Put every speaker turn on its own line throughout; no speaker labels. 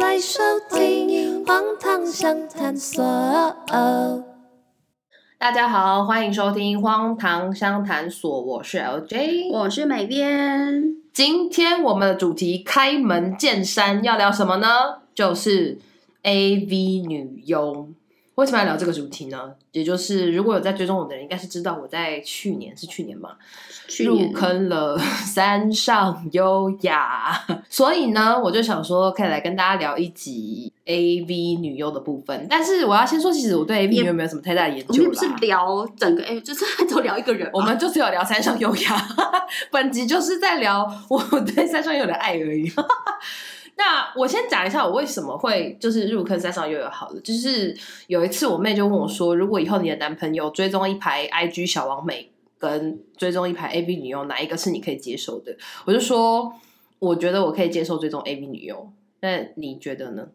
来收听《荒唐想探索》。
大家好，欢迎收听《荒唐相谈所》，我是 LJ。
我是美编，
今天我们的主题开门见山，要聊什么呢？就是 AV 女优。为什么要聊这个主题呢？也就是如果有在追踪我的人，应该是知道我在去年是去年吧，
去
入
年
坑了山上优雅， 所以呢，我就想说可以来跟大家聊一集 AV 女优的部分。但是我要先说，其实我对 AV 女
也
优没有什么太大的研
我们
究
也不是
啦。
聊整个，哎、就是 都聊一个人吧，
我们就只有聊山上优雅， 本集就是在聊我对山上优雅的爱而已。 那我先讲一下我为什么会就是入坑山上优雅好了，就是有一次我妹就问我说，如果以后你的男朋友追踪一排 IG 小王美跟追踪一排 AV 女优，哪一个是你可以接受的？我就说，我觉得我可以接受追踪 AV 女优，那你觉得呢？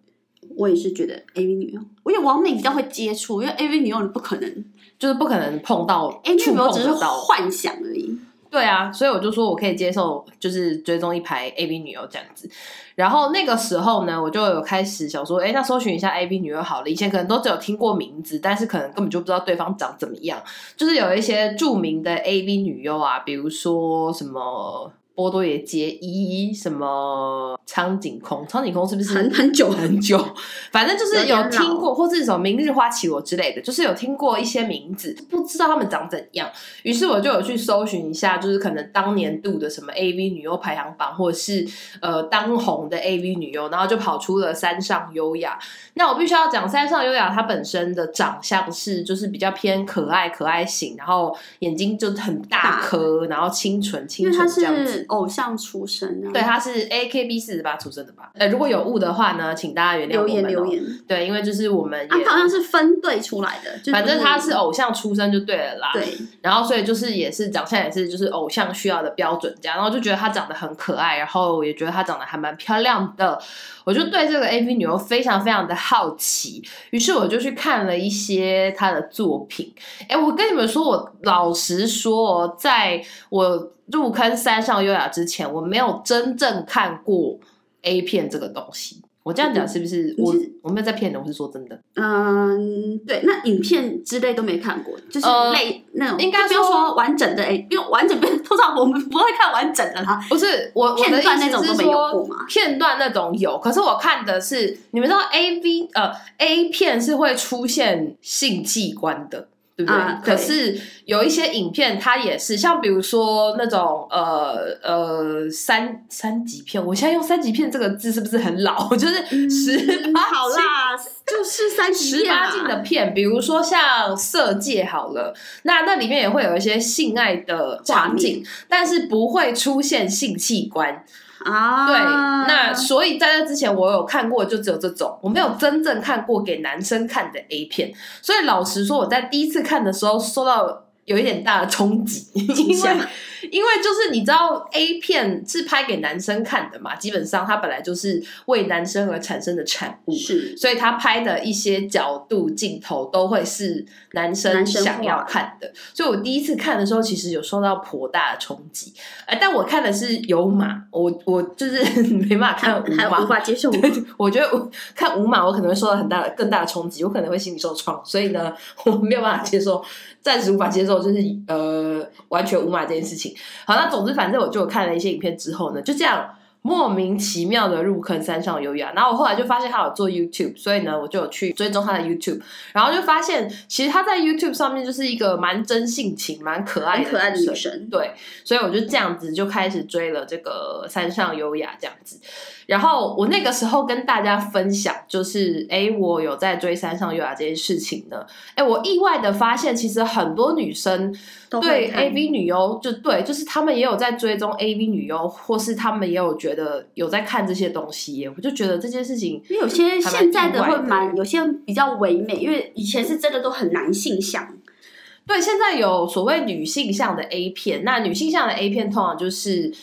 我也是觉得 AV 女优，我觉得王美比较会接触，因为 AV 女优你不可能
就是不可能碰到
，AV
触
女
碰
优只是
得到。
幻想而已。
对啊，所以我就说我可以接受，就是追踪一排 AV 女优这样子。然后那个时候呢，我就有开始想说，哎，那搜寻一下 AV 女优好了。以前可能都只有听过名字，但是可能根本就不知道对方长怎么样。就是有一些著名的 AV 女优啊，比如说什么波多野结衣，什么苍井空，苍井空是不是
很很久
很久？反正就是有
有点老
听过，或是什么明日花绮罗之类的，就是有听过一些名字，不知道他们长怎样。于是我就有去搜寻一下，就是可能当年度的什么 AV 女优排行榜，或者是呃当红的 AV 女优，然后就跑出了山上优雅。那我必须要讲，山上优雅她本身的长相是就是比较偏可爱可爱型，然后眼睛就是很大颗，然后清纯
因
清
为她
纯这样子
是。偶像出身啊，
对，她是 A K B 四十八出生的吧？呃，如果有误的话呢，请大家原谅我
留
们、
言
哦。
留言
对，因为就是我们
啊，
也，
她好像是分队出来的，就
反正她
她
是偶像出身就对了啦。
对，
然后所以就是也是长相也是就是偶像需要的标准这样，然后就觉得她长得很可爱，然后也觉得她长得还蛮漂亮的，我就对这个 AV 女优非常非常的好奇，于是我就去看了一些她的作品。哎，我跟你们说，我老实说哦，在我入坑山上优雅之前，我没有真正看过 A 片这个东西。我这样讲是不是
嗯你
我
是
我没有在骗人？我是说真的。
嗯，对，那影片之类都没看过，就是
呃
类、那种，
应该
就不用
说
说完整的，哎，因为完整片通常我们不会看完整的啦，
不是我
片段那种
我的意思
都
是
没有
说
过吗
片段那种有，可是我看的是，你们知道 A V 呃 A 片是会出现性器官的。对不对？
啊
可
对
是有一些影片，它也是像比如说那种呃呃三三级片，我现在用三级片这个字是不是很老？ 就是十
嗯
八
好 啦，就是三啊
十八禁的片，比如说像《色戒》好了，那那里面也会有一些性爱的场景，但是不会出现性器官。
啊，
对，那所以在这之前我有看过，就只有这种，我没有真正看过给男生看的 A 片。所以老实说，我在第一次看的时候受到有一点大的冲击，
惊
因
吓
为因为就是你知道 A 片是拍给男生看的嘛，基本上它本来就是为男生而产生的产物。
是
所以他拍的一些角度、镜头都会是男生
男生化
想要看的。所以我第一次看的时候，其实有受到颇大的冲击。呃，但我看的是有码，我我就是 没办法看无
还无
码。
法接受我，
我觉得我看无码，我可能会受到很大的、更大的冲击，我可能会心理受创，所以呢， 我没有办法接受，暂时无法接受，就是呃，完全无码这件事情。好，那总之，反正我就有看了一些影片之后呢，就这样莫名其妙的入坑山上优雅。然后我后来就发现他有做 YouTube，所以呢，我就有去追踪他的 YouTube，然后就发现其实他在 YouTube 上面就是一个蛮真性情、蛮可爱
很
的
可爱的
女
女
生
生，
对，所以我就这样子就开始追了这个山上优雅这样子。然后我那个时候跟大家分享，就是诶，我有在追山上优雅这件事情呢。诶，我意外的发现，其实很多女生
都会
对
看
AV 女优，就对，就是她们也有在追踪 AV 女优，或是她们也有觉得有在看这些东西耶。我就觉得这件事情
因为有些
还蛮
现在
意
的
外
会
的
蛮，有些比较唯美，因为以前是真的都很男性向，
对，现在有所谓女性向的 A 片，那女性向的 A 片通常就是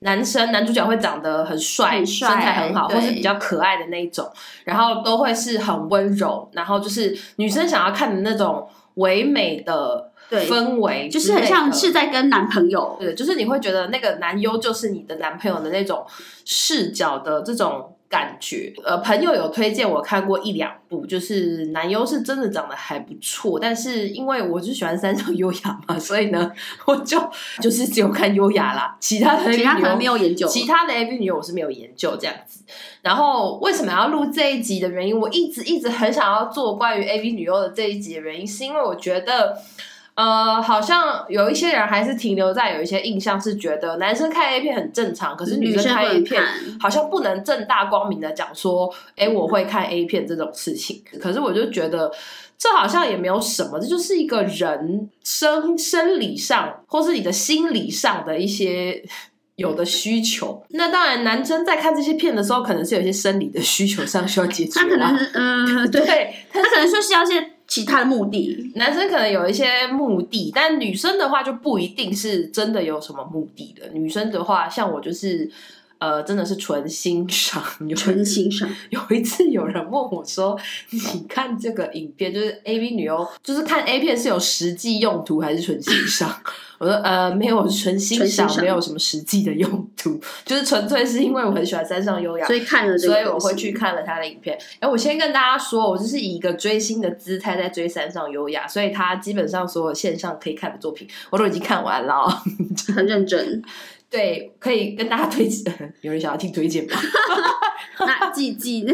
男生男主角会长得很帅，
很帅
身材很好，
对
或是比较可爱的那一种，然后都会是很温柔，然后就是女生想要看的那种唯美的
对
氛围
就
之
是很
类
像
的
是在跟男朋友
对，就是你会觉得那个男优就是你的男朋友的那种视角的这种感觉。呃，朋友有推荐我看过一两部，就是男优是真的长得还不错，但是因为我就喜欢三上优雅嘛，所以呢， 我就就是只有看优雅啦，其他的
其他可能
有。
没有研究。
其他的 AV 女友我是没有研究这样子。然后为什么要录这一集的原因，我一直一直很想要做关于 AV 女优的这一集的原因，是因为我觉得。呃，好像有一些人还是停留在有一些印象，是觉得男生看 A 片很正常，可是女
女
生
生
看
不
A
能
片
看
好像不能正大光明的讲说，哎、我会看 A 片这种事情。可是我就觉得这好像也没有什么，这就是一个人生生理上或是你的心理上的一些。有的需求，那当然，男生在看这些片的时候，可能是有一些生理的需求上需要解 决啦。啊
他可能是嗯，对，
对，
他可能就是要一些其他的目的。
男生可能有一些目的，但女生的话就不一定是真的有什么目的的。女生的话，像我就是，呃，真的是纯欣赏。有
纯欣赏，
有一次有人问我说：“你看这个影片，就是 A V 女优，就是看 A 片是有实际用途还是纯欣赏？” 我说：“呃，没有，纯欣
纯欣
赏，
赏
没有什么实际的用途， 就是纯粹是因为我很喜欢山上优雅，
所以看了这个，
所以我会去。看了他的影片。哎，我先跟大家说，我就是以一个追星的姿态在追山上优雅，所以他基本上所有线上可以看的作品，我都已经看完了 哦。
很认真。
对，可以跟大家推荐， 有人想要听推荐 吗？
那 记记，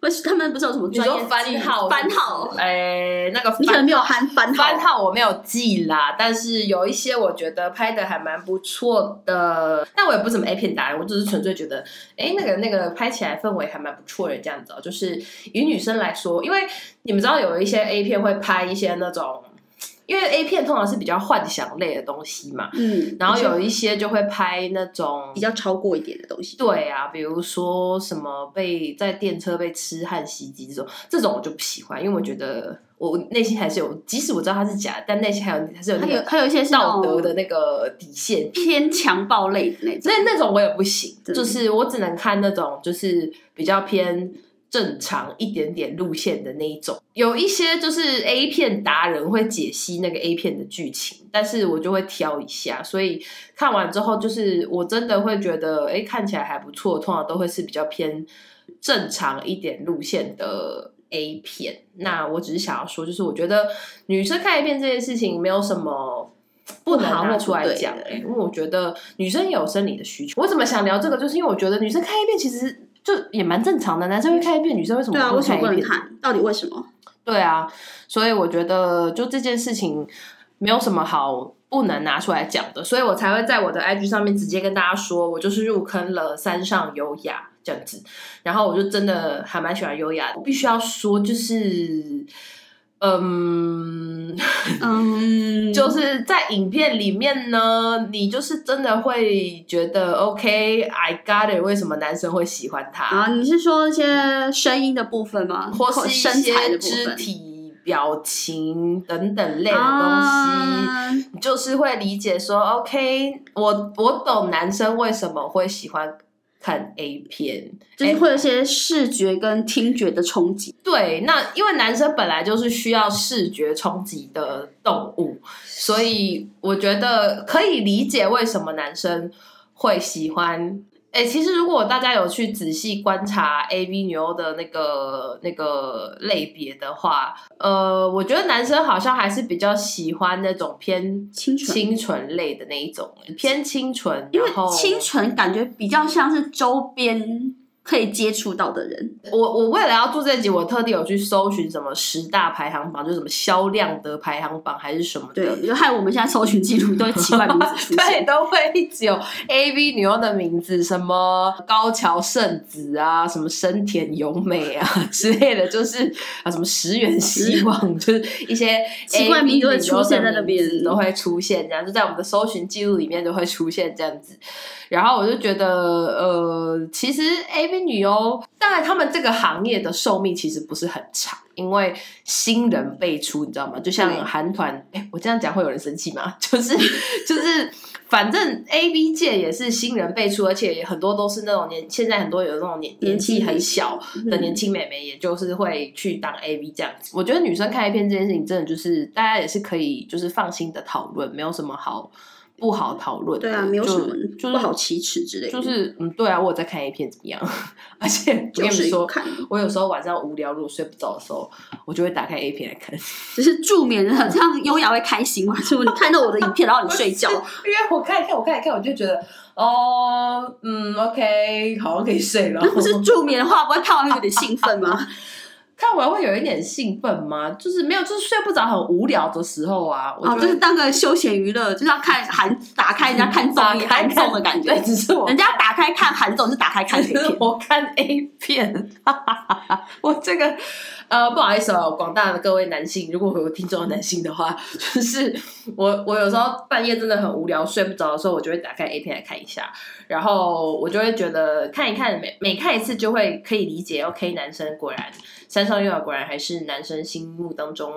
我他们不是有什么
你
专
说
业
翻
技
号，
番号，
哎，那个
你可
番
能没有含番 号
番，号我没有记啦，但是有一些我觉得拍的还蛮不错的，但我也不怎么 A 片达人，我只是纯粹觉得，哎，那个那个拍起来氛围还蛮不错的，这样子哦。就是以女生来说，因为你们知道有一些 A 片会拍一些那种，因为 A 片通常是比较幻想类的东西嘛，
嗯，
然后有一些就会拍那种
比较超过一点的东西。
对啊，比如说什么被在电车被痴汉袭击这种，这种我就不喜欢，因为我觉得我内心还是有，即使我知道它是假的，但内心还有还是有那
还有
个
还有一些是那
道
种
德的那个底线。
偏强暴类的那种
那，那种我也不行，
对
就是我只能看那种就是比较偏正常一点点路线的那一种。有一些就是 A 片达人会解析那个 A 片的剧情，但是我就会挑一下，所以看完之后，就是我真的会觉得，哎、看起来还不错，通常都会是比较偏正常一点路线的 A 片。那我只是想要说，就是我觉得女生看 A 片这件事情没有什么。不能
不好或
拿出来
不对
讲、
的
欸，因为我觉得女生也有生理的需求。我怎么想聊这个，就是因为我觉得女生看 A 片其实就也蛮正常的，男生会看 A 片，女生为什么
对啊，为什么不
看 A
能
片？
看？到底为什么？
对啊，所以我觉得就这件事情没有什么好不能拿出来讲的，所以我才会在我的 IG 上面直接跟大家说，我就是入坑了山上优雅这样子，然后我就真的还蛮喜欢优雅的，我必须要说就是。嗯，
嗯，
就是在影片里面呢，你就是真的会觉得 OK，I、got it。为什么男生会喜欢他？
啊，你是说一些声音的部分吗？
或是一
身材
些
的部
肢
分
体、表情等等类的东西，
啊
你就是会理解说，OK，我我懂男生为什么会喜欢看 A 片，
就是
诶
会有一些视觉跟听觉的冲击，
对，那因为男生本来就是需要视觉冲击的动物，所以我觉得可以理解为什么男生会喜欢。哎、其实如果大家有去仔细观察 A V 牛的那个那个类别的话，呃，我觉得男生好像还是比较喜欢那种偏
清纯
清纯类的那一种，偏清纯，
因为
然后
清纯感觉比较像是周边可以接触到的人，
我我为了要做这集，我特地有去搜寻什么十大排行榜，就是什么销量的排行榜还是什么的。
对， 就害我们现在搜寻记录都会奇怪名字 出
对，
现。
都会一直有 A V 女优的名字，什么高桥圣子啊，什么深田由美啊 之类的，就是啊什么石原希望， 就是一些
奇怪
AV
名字会
女优
出现在
的
那
名字
边
都会出现，这样就在我们的搜寻记录里面都会出现这样子。然后我就觉得，呃，其实 A V 女优，当然他们这个行业的寿命其实不是很长。因为新人辈出，你知道吗？就像
对
韩团，哎，我这样讲会有人生气吗？ 就是就是，反正 A B 界也是新人辈出，而且也很多都是那种年，现在很多有那种年
年
年
轻嗯
纪很
妹
小的年轻妹妹，也就是会去当 A B 这样子。我觉得女生看 A 片这件事情，真的就是大家也是可以就是放心的讨论，没有什么好不好讨论的，
对啊，没有什么
就就是
不好启齿之类的，
就是嗯，对啊，我有在看 A 片怎么样？而且我跟
就
你们
是
说，
看，
我有时候晚上无聊，如果睡不着的时候，我就会打开 A 片来看，
只是助眠的，这样优雅会开心嘛？就你看到我的影片，然后你 睡觉，
因为我看一看，我看一看，我就觉得哦，嗯，OK，好像可以睡了。
那不是助眠的话，不会看完会有点兴奋吗？
看完会有一点兴奋吗？就是没有，就是睡不着，很无聊的时候啊，我
哦，就是当个休闲娱乐，就是要看韩，打开人家看综艺韩综的感觉
对，。只是 我
人家打开看韩综是打开看 A
只是
片，
我看 A 片， 我这个呃不好意思哦，广大的各位男性，如果有听众的男性的话，就是我我有时候半夜真的很无聊睡不着的时候，我就会打开 A 片来看一下，然后我就会觉得看一看，每每看一次就会可以理解，OK，男生果然山上优雅果然还是男生心目当中。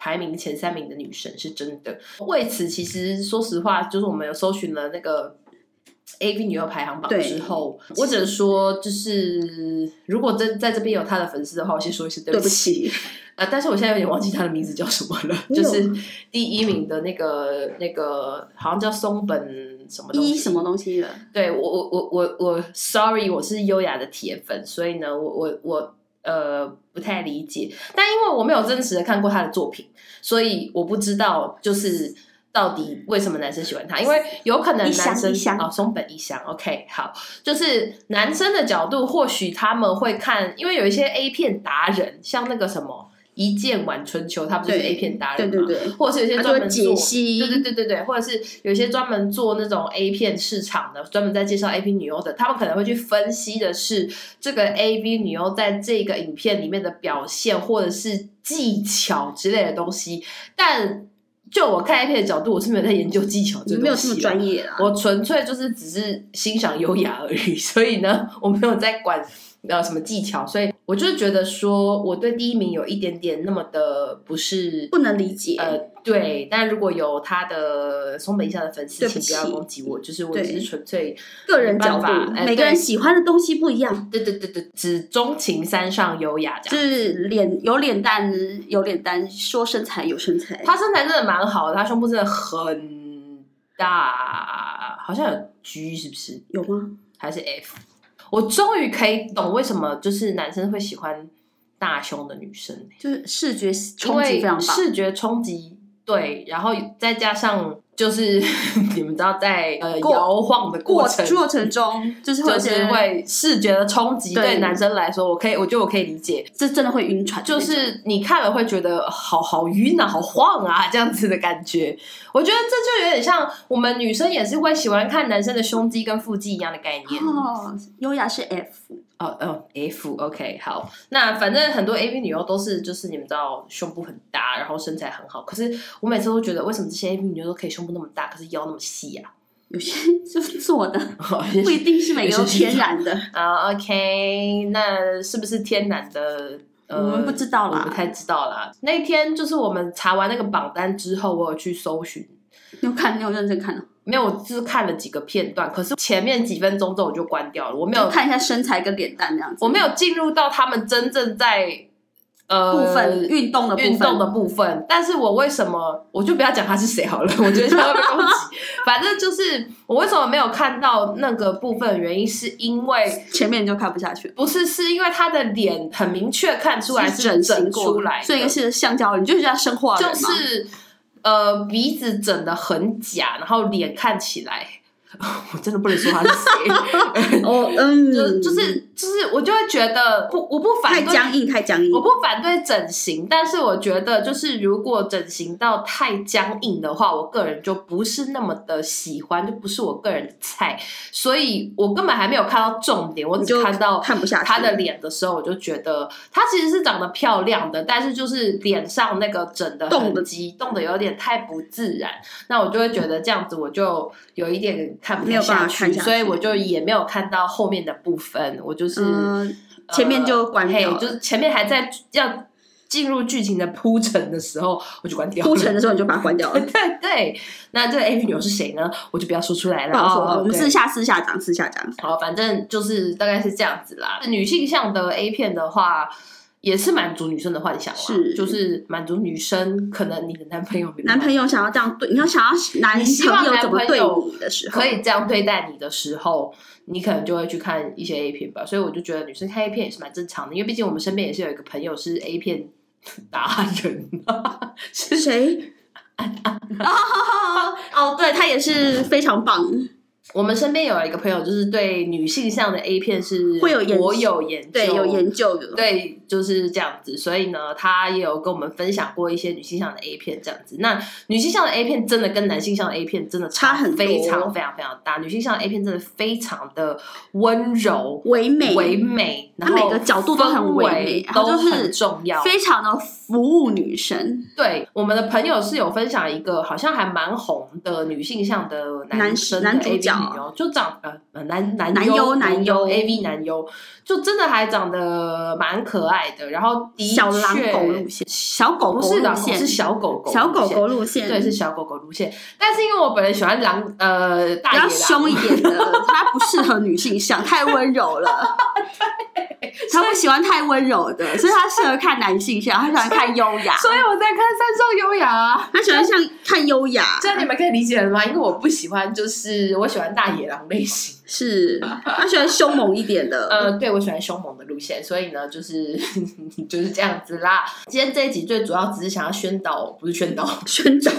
排名前三名的女神是真的。为此，其实说实话，就是我们有搜寻了那个 A V 女优排行榜
对
之后，哦我只能说，就是如果真在这边有她的粉丝的话，我先说一声对
对
不
不
起。
起，
呃，但是我现在有点忘记她的名字叫什么了，
没
就
有
是第一名的那个那个，好像叫松本什么东西
一什么东西的，
对我我我我我，sorry，我是优雅的铁粉，所以呢，我我我呃不太理解，但因为我没有真实的看过他的作品，所以我不知道就是到底为什么男生喜欢他，因为有可能
一箱
男生
一箱
哦松本一香，OK 好，就是男生的角度，或许他们会看，因为有一些 A 片达人，像那个什么一剑晚春秋，他不是
对
A 片达人
对
吗？
对对，
或者是有些
他就
专
会
门
解
做
析，
对对对对对，或者是有一些专门做那种 A 片市场的，专门在介绍 A 片女优的，他们可能会去分析的是这个 A V 女优在这个影片里面的表现，或者是技巧之类的东西。但就我看 A 片的角度，我是没有在研究技巧这
你
个
没有
东西啊
这么
的
专业啊啦。
我纯粹就是只是欣赏优雅而已， 所以呢，我没有在管呃什么技巧，所以我就是觉得说我对第一名有一点点那么的不是
不能理解
呃，对，但如果有他的松本一下的粉丝，
嗯对不
请不要
起
攻击我，就是我
对
只是纯粹
个人角
没办
度
法，哎
每个人喜欢的东西不一样，
对对对对，只钟情山上优雅这
就
样。
是脸有脸蛋有脸蛋，说身材有身材。
他身材真的蛮好的，他胸部真的很大，好像有 G 是不是？
有吗？
还是 F？我终于可以懂为什么就是男生会喜欢大胸的女生、欸
就是视觉
因
冲击
为
非常大。
视觉冲击，对，然后再加上就是 你们知道在呃
过
摇晃的
过
程
过程中，就是会
就
觉
是
得
会视觉的冲击，
对
对男生来说，我可以，我觉得我可以理解，
这真的会晕船，
就是你看了会觉得好好晕啊，好晃啊，这样子的感觉。我觉得这就有点像我们女生也是会喜欢看男生的胸肌跟腹肌一样的概念。
哦，优雅是 F，
哦哦，F，OK，、好，那反正很多 AV 女优都是就是你们知道胸部很大，然后身材很好，可是我每次都觉得为什么这些 AV 女优都可以胸部那么大，可是腰那么细啊？
有些就是做的，不一定是每个
有
都
些是
天然的。
啊、o k 那是不是天然的？呃、
我们不知道啦
我不太知道啦。那天就是我们查完那个榜单之后，我有去搜寻，
你有看，你有认真看哦，
没有，我就是看了几个片段，可是前面几分钟之后我就关掉了，我没
就
有，
看一下身材跟脸蛋这样子。
我没有进入到他们真正在呃
部分运动的部分
运动的部分，但是我为什么我就不要讲他是谁好了，我觉得他会被攻 击。反正就是我为什么没有看到那个部分，的原因是因为
前面就看不下去了。
不是，是因为他的脸很明确看出来
是
整
形过
出来的，
所以是橡胶人，你就是要生化人
就
嘛
是呃鼻子整的很假，然后脸看起来， 我真的不能说他是 谁，
哦，嗯，
就就是就是我就会觉得不，我不
太
反对
僵硬，太僵硬
我。不反对整形，但是我觉得就是如果整形到太僵硬的话，我个人就不是那么的喜欢，就不是我个人的菜，所以我根本还没有看到重点，我
你
只
就
看到
看不下去
她的脸的时候，我就觉得她其实是长得漂亮的，但是就是脸上那个整的
动
动
得
的肌动的有点太不自然，那我就会觉得这样子我就有一点看不
没
太
有办法
下
看
去，
下去
所以我就也没有看到后面的部分，我就是。
嗯，前面就关掉
呃嘿
了
就是前面还在要进入剧情的铺陈的时候，我就关掉了。
铺陈的时候你就把它关掉 了。
对对，那这个 A P 女友是谁呢？我就不要说出来了。
不好
哦
说了，我们
对
私下私下讲，私下讲。
好，反正就是大概是这样子啦。女性向的 A 片的话。也是满足女生的幻想啦，
是
就是满足女生可能你的男朋友没有
男朋友想要这样对，你要想要男
你希望
朋友
男
怎么
朋
对
友
你的时候，
可以这样对待你的时候，你可能就会去看一些 A 片吧。所以我就觉得女生看 A 片也是蛮正常的，因为毕竟我们身边也是有一个朋友是 A 片 达人、啊，
是谁？ 哦哦，对他也是非常棒，
我们身边有一个朋友就是对女性向的 A 片是
会有研
我有研究，
对，有研究的，
对，就是这样子。所以呢，他也有跟我们分享过一些女性向的 A 片这样子。那女性向的 A 片真的跟男性向的 A 片真的
差很多
非常非常非常大。女性向的 A 片真的非常的温柔、
唯美，
唯美，
它
然后
每个角度都很
氛
唯
围
美它
都
就是
很重要。
非常的服务女生，
对，我们的朋友是有分享一个好像还蛮红的女性向的
男
生的
男主
AV
角
女优，就长呃呃男男
男
优
优男优
AV 男优，就真的还长得蛮可爱的，然后的
小狼
确
狗路线，小狗
不
狗
是
路
狼狗
线，
是小狗狗，
小狗。狗路线，
对，是小狗狗路线，但是因为我本人喜欢狼，呃，大
比
野
较
狼，
凶一点的，它不适合女性向，太温柔了。他不喜欢太温柔的，所以他适合看男性向，他喜欢看优雅，
所以我在看《三上优雅》啊。
他喜欢像看优雅，
这样你们可以理解了吗？因为我不喜欢，就是我喜欢大野狼类型。
是他喜欢凶猛一点的。
呃，对，我喜欢凶猛的路线，所以呢，就是 就是这样子啦。今天这一集最主要只是想要宣导，不是宣导，
宣导，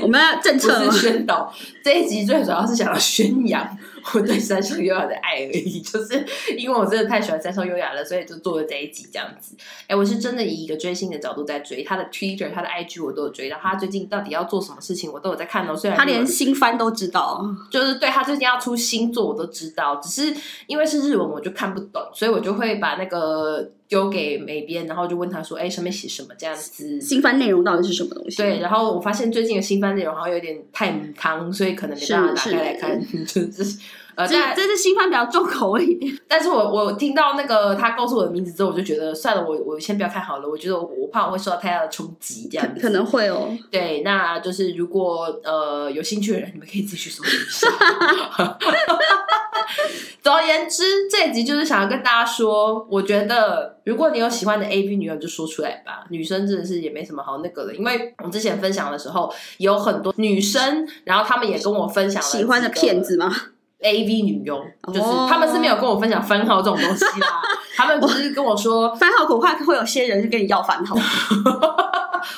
我们要政
不
策
是
吗？
宣导，这一集最主要是想要宣扬我对三上优雅的爱而已。就是因为我真的太喜欢三上优雅了，所以就做了这一集这样子。哎，我是真的以一个追星的角度在追他的 Twitter、他的 IG，我都有追到。他最近到底要做什么事情，我都有在看哦。虽然
他
没有
连新番都知道，
就是对他最近要出新作我都知道，只是因为是日文我就看不懂，所以我就会把那个丢给美编，然后就问他说：“哎、上面写什么？”这样子。
新番内容到底是什么东西？
对，，然后我发现最近的新番内容好像有点太母汤，所以可能没办法打
是
开来看，就是呃，
这
但
这是新番比较重口味一点，
但是我我听到那个他告诉我的名字之后，我就觉得算了，我我先不要看好了，我觉得我我怕我会受到太大的冲击，这样子
可能会哦。
对，那就是如果呃有兴趣的人，你们可以自己去搜索一下。 总而言之，这一集就是想要跟大家说，我觉得如果你有喜欢的 AV 女友，就说出来吧。女生真的是也没什么好那个的，因为我们之前分享的时候，有很多女生，然后她们也跟我分享了
喜欢的骗子吗？
AV 女优，就是
哦
她们是没有跟我分享番号这种东西 啦，她们只是跟我说
番号恐怕会有些人就跟你要番号，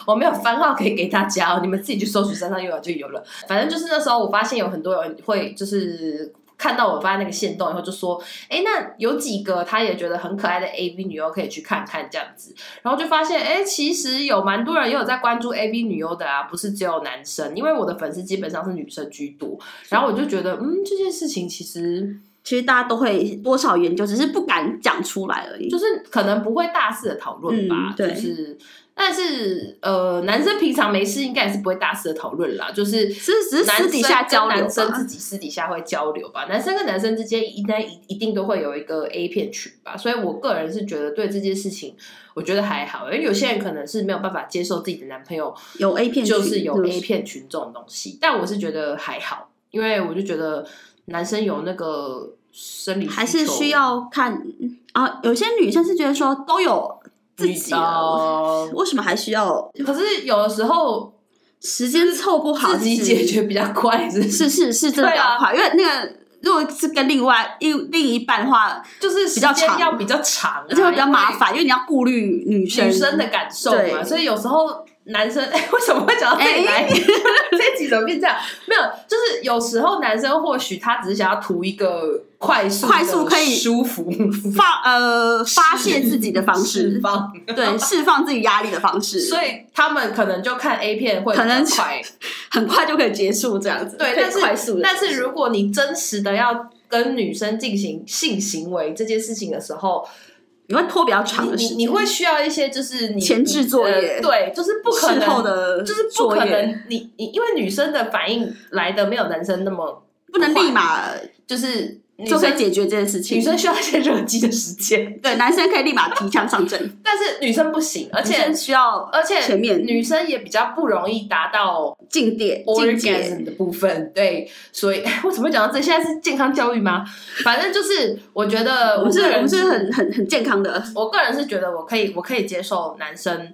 我没有番号可以给大家哦，你们自己去搜索山上幼儿就有了。反正就是那时候我发现有很多人会就是。看到我发那个线动以后，就说：“哎，那有几个他也觉得很可爱的 AV 女优可以去看看这样子。”然后就发现，哎，其实有蛮多人也有在关注 AV 女优的啊，不是只有男生，因为我的粉丝基本上是女生居多。然后我就觉得，嗯，这件事情其实
其实大家都会多少研究，只是不敢讲出来而已。
就是可能不会大肆的讨论吧，
嗯对
就是，但是呃，男生平常没事应该也是不会大肆的讨论啦，就是
是只是
男生
私底下交流吧
跟男生自己私底下会交流吧，男生跟男生之间应该一一定都会有一个 A 片群吧，所以我个人是觉得对这件事情，我觉得还好，因为有些人可能是没有办法接受自己的男朋友
有 A 片群
就是有
是不是
A 片群这种东西，但我是觉得还好，因为我就觉得男生有那个生理需
还是
求
需要看嗯啊。有些女生是觉得说都有自己啊了，
哦
为什么还需要
可是有的时候
时间凑不好
自己
其实
解决比较快，是不是
是是是真的比
对啊
较快，因为那个如果是跟另外一另一半的话，
就是时
比较
间
长
要比较长啊，
而且会比较麻
因为
烦，因为你要顾虑女生
女生的感受嘛，
对
所以有时候男生 哎、为什么会讲到这里来？
哎
这集怎么变这样？没有，就是有时候男生或许他只是想要图一个快速、
快速可以
舒服
发呃发泄自己的方
释
式，
放，
对，释放自己压力的方式，
所以他们可能就看 A 片会
可能
比较 快，
很快就可以结束这样子，
对
可以
但是
快速地
但是如果你真实的要跟女生进行性行为这件事情的时候，
你会拖比较长的
你
时
你
间，
你会需要一些就是你
前置作业
呃对，就是不可
事后
能，
的
就是不可
作业
能你你因为女生的反应来的没有男生那么
不能立马
就是女
就可以
生
解决这件事情。
女生需要一些热机的时间，
对男生可以立马提枪上阵，
但是女生不行，而
而
且
需要
而且
前面
女生也比较不容易达到
静点境界。
orgasm 的部分，对，所以 为什么会讲到这？现在是健康教育吗？反正就是我觉得
我们是
个
我
人
们是很很很健康的，
我个人是觉得我可以我可以接受男生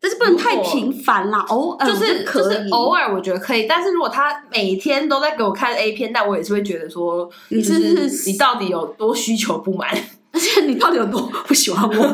但是不能太
如果
频繁啦，偶尔
就是
嗯可
就是
以。
偶尔我觉得可以，但是如果他每天都在给我看 A 片，那我也是会觉得说，
你
就是是你到底有多需求不满？
而且你到底有多不 喜欢我？就是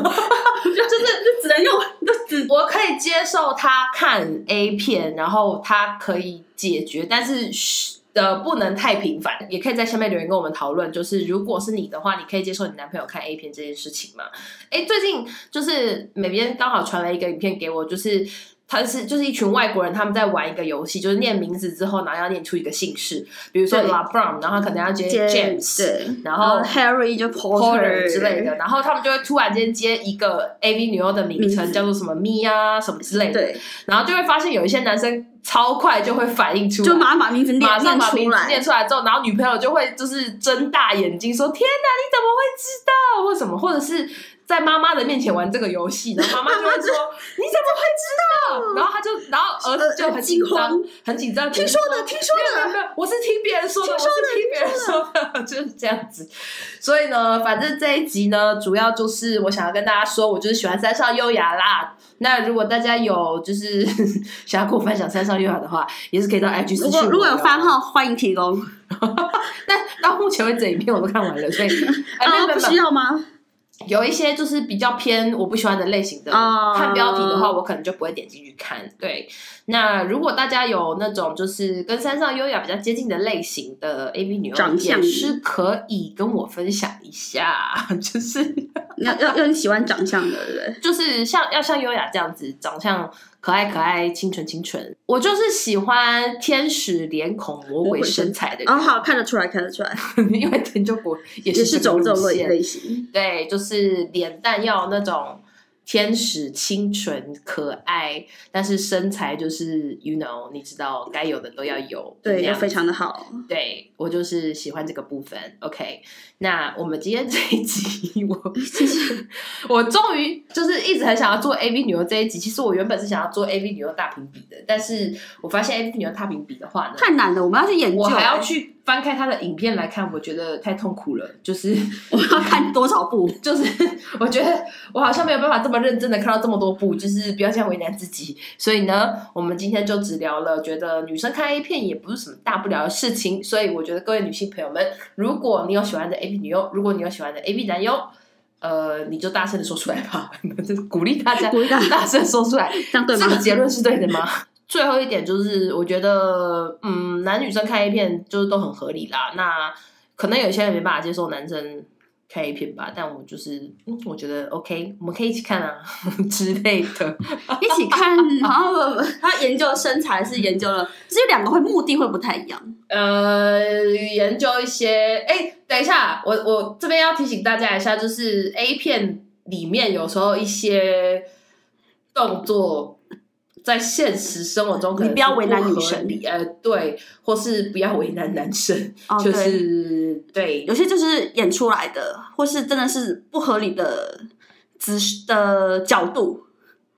只能 用
我可以接受他看 A 片，然后他可以解决，但是嘘呃不能太频繁。也可以在下面留言跟我们讨论，就是如果是你的话，你可以接受你男朋友看 A 片这件事情吗？哎，最近就是美编刚好传了一个影片给我，就是。他是就是一群外国人，他们在玩一个游戏，就是念名字之后，然后要念出一个姓氏，比如说
对
LeBron，然后可能要接 James，
对，
然
然后
后
Harry 就
Porter 之类
的，
的，然后他们就会突然间接一个 AV 女优的名
名
称，
字
叫做什么 Mia 什么之类的，
对，
然后就会发现有一些男生超快就会反应出来，
就马上把名字念
马上
念
把
出
名字
来
念。出来之后，然后女朋友就会就是睁大眼睛说：“天哪，你怎么会知道？为什么？”或者是在妈妈的面前玩这个游戏，然后妈妈就会 说：“你怎么会知道？”然后他就，然后儿子就很紧
呃
张
惊，
很紧张，
听说的，听说
没有
的，
没有没有，我是听别人说的，
听说的
我是听别人说的， 就是这样子。所以呢，反正这一集呢，主要就是我想要跟大家说，我就是喜欢山上优雅啦。那如果大家有就是 想要跟我分享山上优雅的话，也是可以到 IG 私信
如果
我
如果有
的哦
番，号，欢迎提供。
但到目前为止影片我都看完了， 所以哎没有
啊，
没有
不
没
需
有
要吗？
有一些就是比较偏我不喜欢的类型的，
哦
看标题的话，我可能就不会点进去看。对，那如果大家有那种就是跟山上优雅比较接近的类型的 AV 女优，
长相
也是可以跟我分享一下， 就是
要要要你喜欢长相的，对不对？
就是像要像优雅这样子，长相可爱可爱、清纯清纯。我就是喜欢天使脸孔、魔鬼身材的
哦，
人，
好看得出来，看得出来，
因为田中国也
也
是
是
这
走
个
这种
路
类
线。
类型。
对，就是脸蛋要那种天使、清纯、可爱，但是身材就是 you know，你知道该有的都要有。
对，
那
要
样
非常的好。
对我就是喜欢这个部分。OK，那我们今天这一集， 我其实我终于就是一直很想要做 AV 女优这一集。其实我原本是想要做 AV 女优大评比的，但是我发现 AV 女优大评比的话呢，
太难了，我们要去研究，欸
我还要去翻开她的影片来看，我觉得太痛苦了，就是。
我们要看多少 部？
就是我觉得我好像没有办法这么认真的看到这么多部，就是不要这样为难自己。所以呢，我们今天就只聊了，觉得女生看 A 片也不是什么大不了的事情。所以我觉得各位女性朋友们，如果你有喜欢的 A B 女优，如果你有喜欢的 A B 男优，呃，你就大声的说出来吧， 就是鼓励大家
鼓励大啊 家
大声说出来。
这样对吗
这？个结论是对的吗？ 最后一点就是，我觉得，嗯，男女生看 A 片就是都很合理啦。那可能有些人没办法接受男生看 A 片吧，但我就是，嗯，我觉得 OK，我们可以一起看啊 之类的。
一起看，然后他研究身材是研究了，只有两个会目的会不太一样。
呃，研究一些，哎、等一下，我我这边要提醒大家一下，就是 A 片里面有时候一些动作。在现实生活中，可能
你不要
是
为难女
合
生
理，呃，对，或是不要为难男生，
哦，
就
对，
是对
有些就是演出来的，或是真的是不合理的姿势的角度，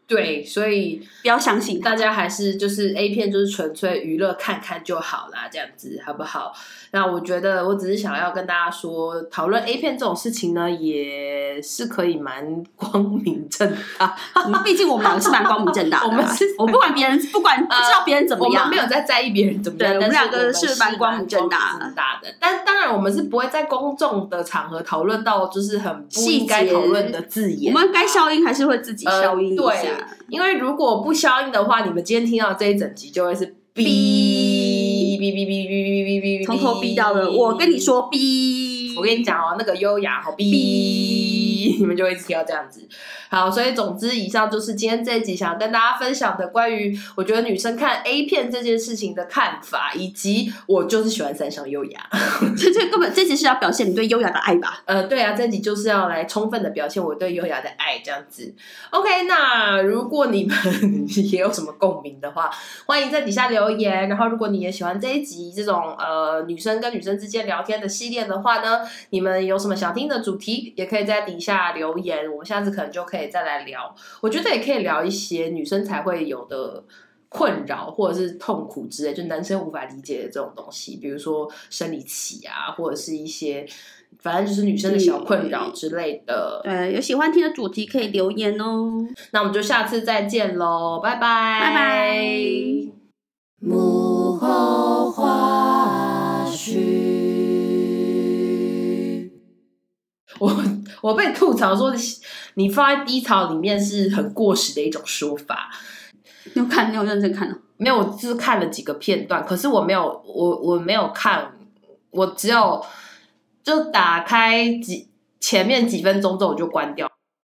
对，所以
不要相信他
大。家还是就是 A 片就是纯粹娱乐看看就好啦，这样子好不好？那我觉得我只是想要跟大家说，讨论 A 片这种事情呢，也是可以蛮 光明正大。
毕竟我们两个是蛮光明正大 的啊，
我们是呃
我不管别人，不管不知道别人怎么
我
样，
们没有在在意别人怎么样，
对
但
我们两个
们
是
是
蛮光
明
明正大的
大的。但当然，我们是不会在公众的场合讨论到就是很不
细
应该
节
讨论的字眼。
我们该消音还是会自己消音一
呃对
下。
因为如果不消音的话，你们今天听到这一整集就会是哔哔哔哔哔哔哔哔哔，
从头逼到了，我跟你，说，逼，
我跟你讲哦，那个优雅好哔。你们就会听到这样子。好，所以总之以上就是今天这一集想要跟大家分享的关于我觉得女生看 A 片这件事情的看法，以及我就是喜欢三上优雅。
这这根本这集是要表现你对优雅的爱吧？
呃，对啊，这集就是要来充分的表现我对优雅的爱，这样子。OK，那如果你们也有什么共鸣的话，欢迎在底下留言。然后，如果你也喜欢这一集这种呃女生跟女生之间聊天的系列的话呢，你们有什么想听的主题，也可以在底下留言。我们下次可能就可以再来聊。我觉得也可以聊一些女生才会有的。困扰或者是痛苦之类，就男生无法理解的这种东西，比如说生理期啊，或者是一些反正就是女生的小困扰之类的。
对，有喜欢听的主题可以留言哦。
那我们就下次再见喽，拜拜，
拜拜。
幕后花絮。
我我被吐槽说你放在低潮里面是很过时的一种说法。
你有看？你有认真看哦。
没有，我就是看了几个片段，可是我没有，我我没有看，我只有就打开几前面几分钟之后我就关掉。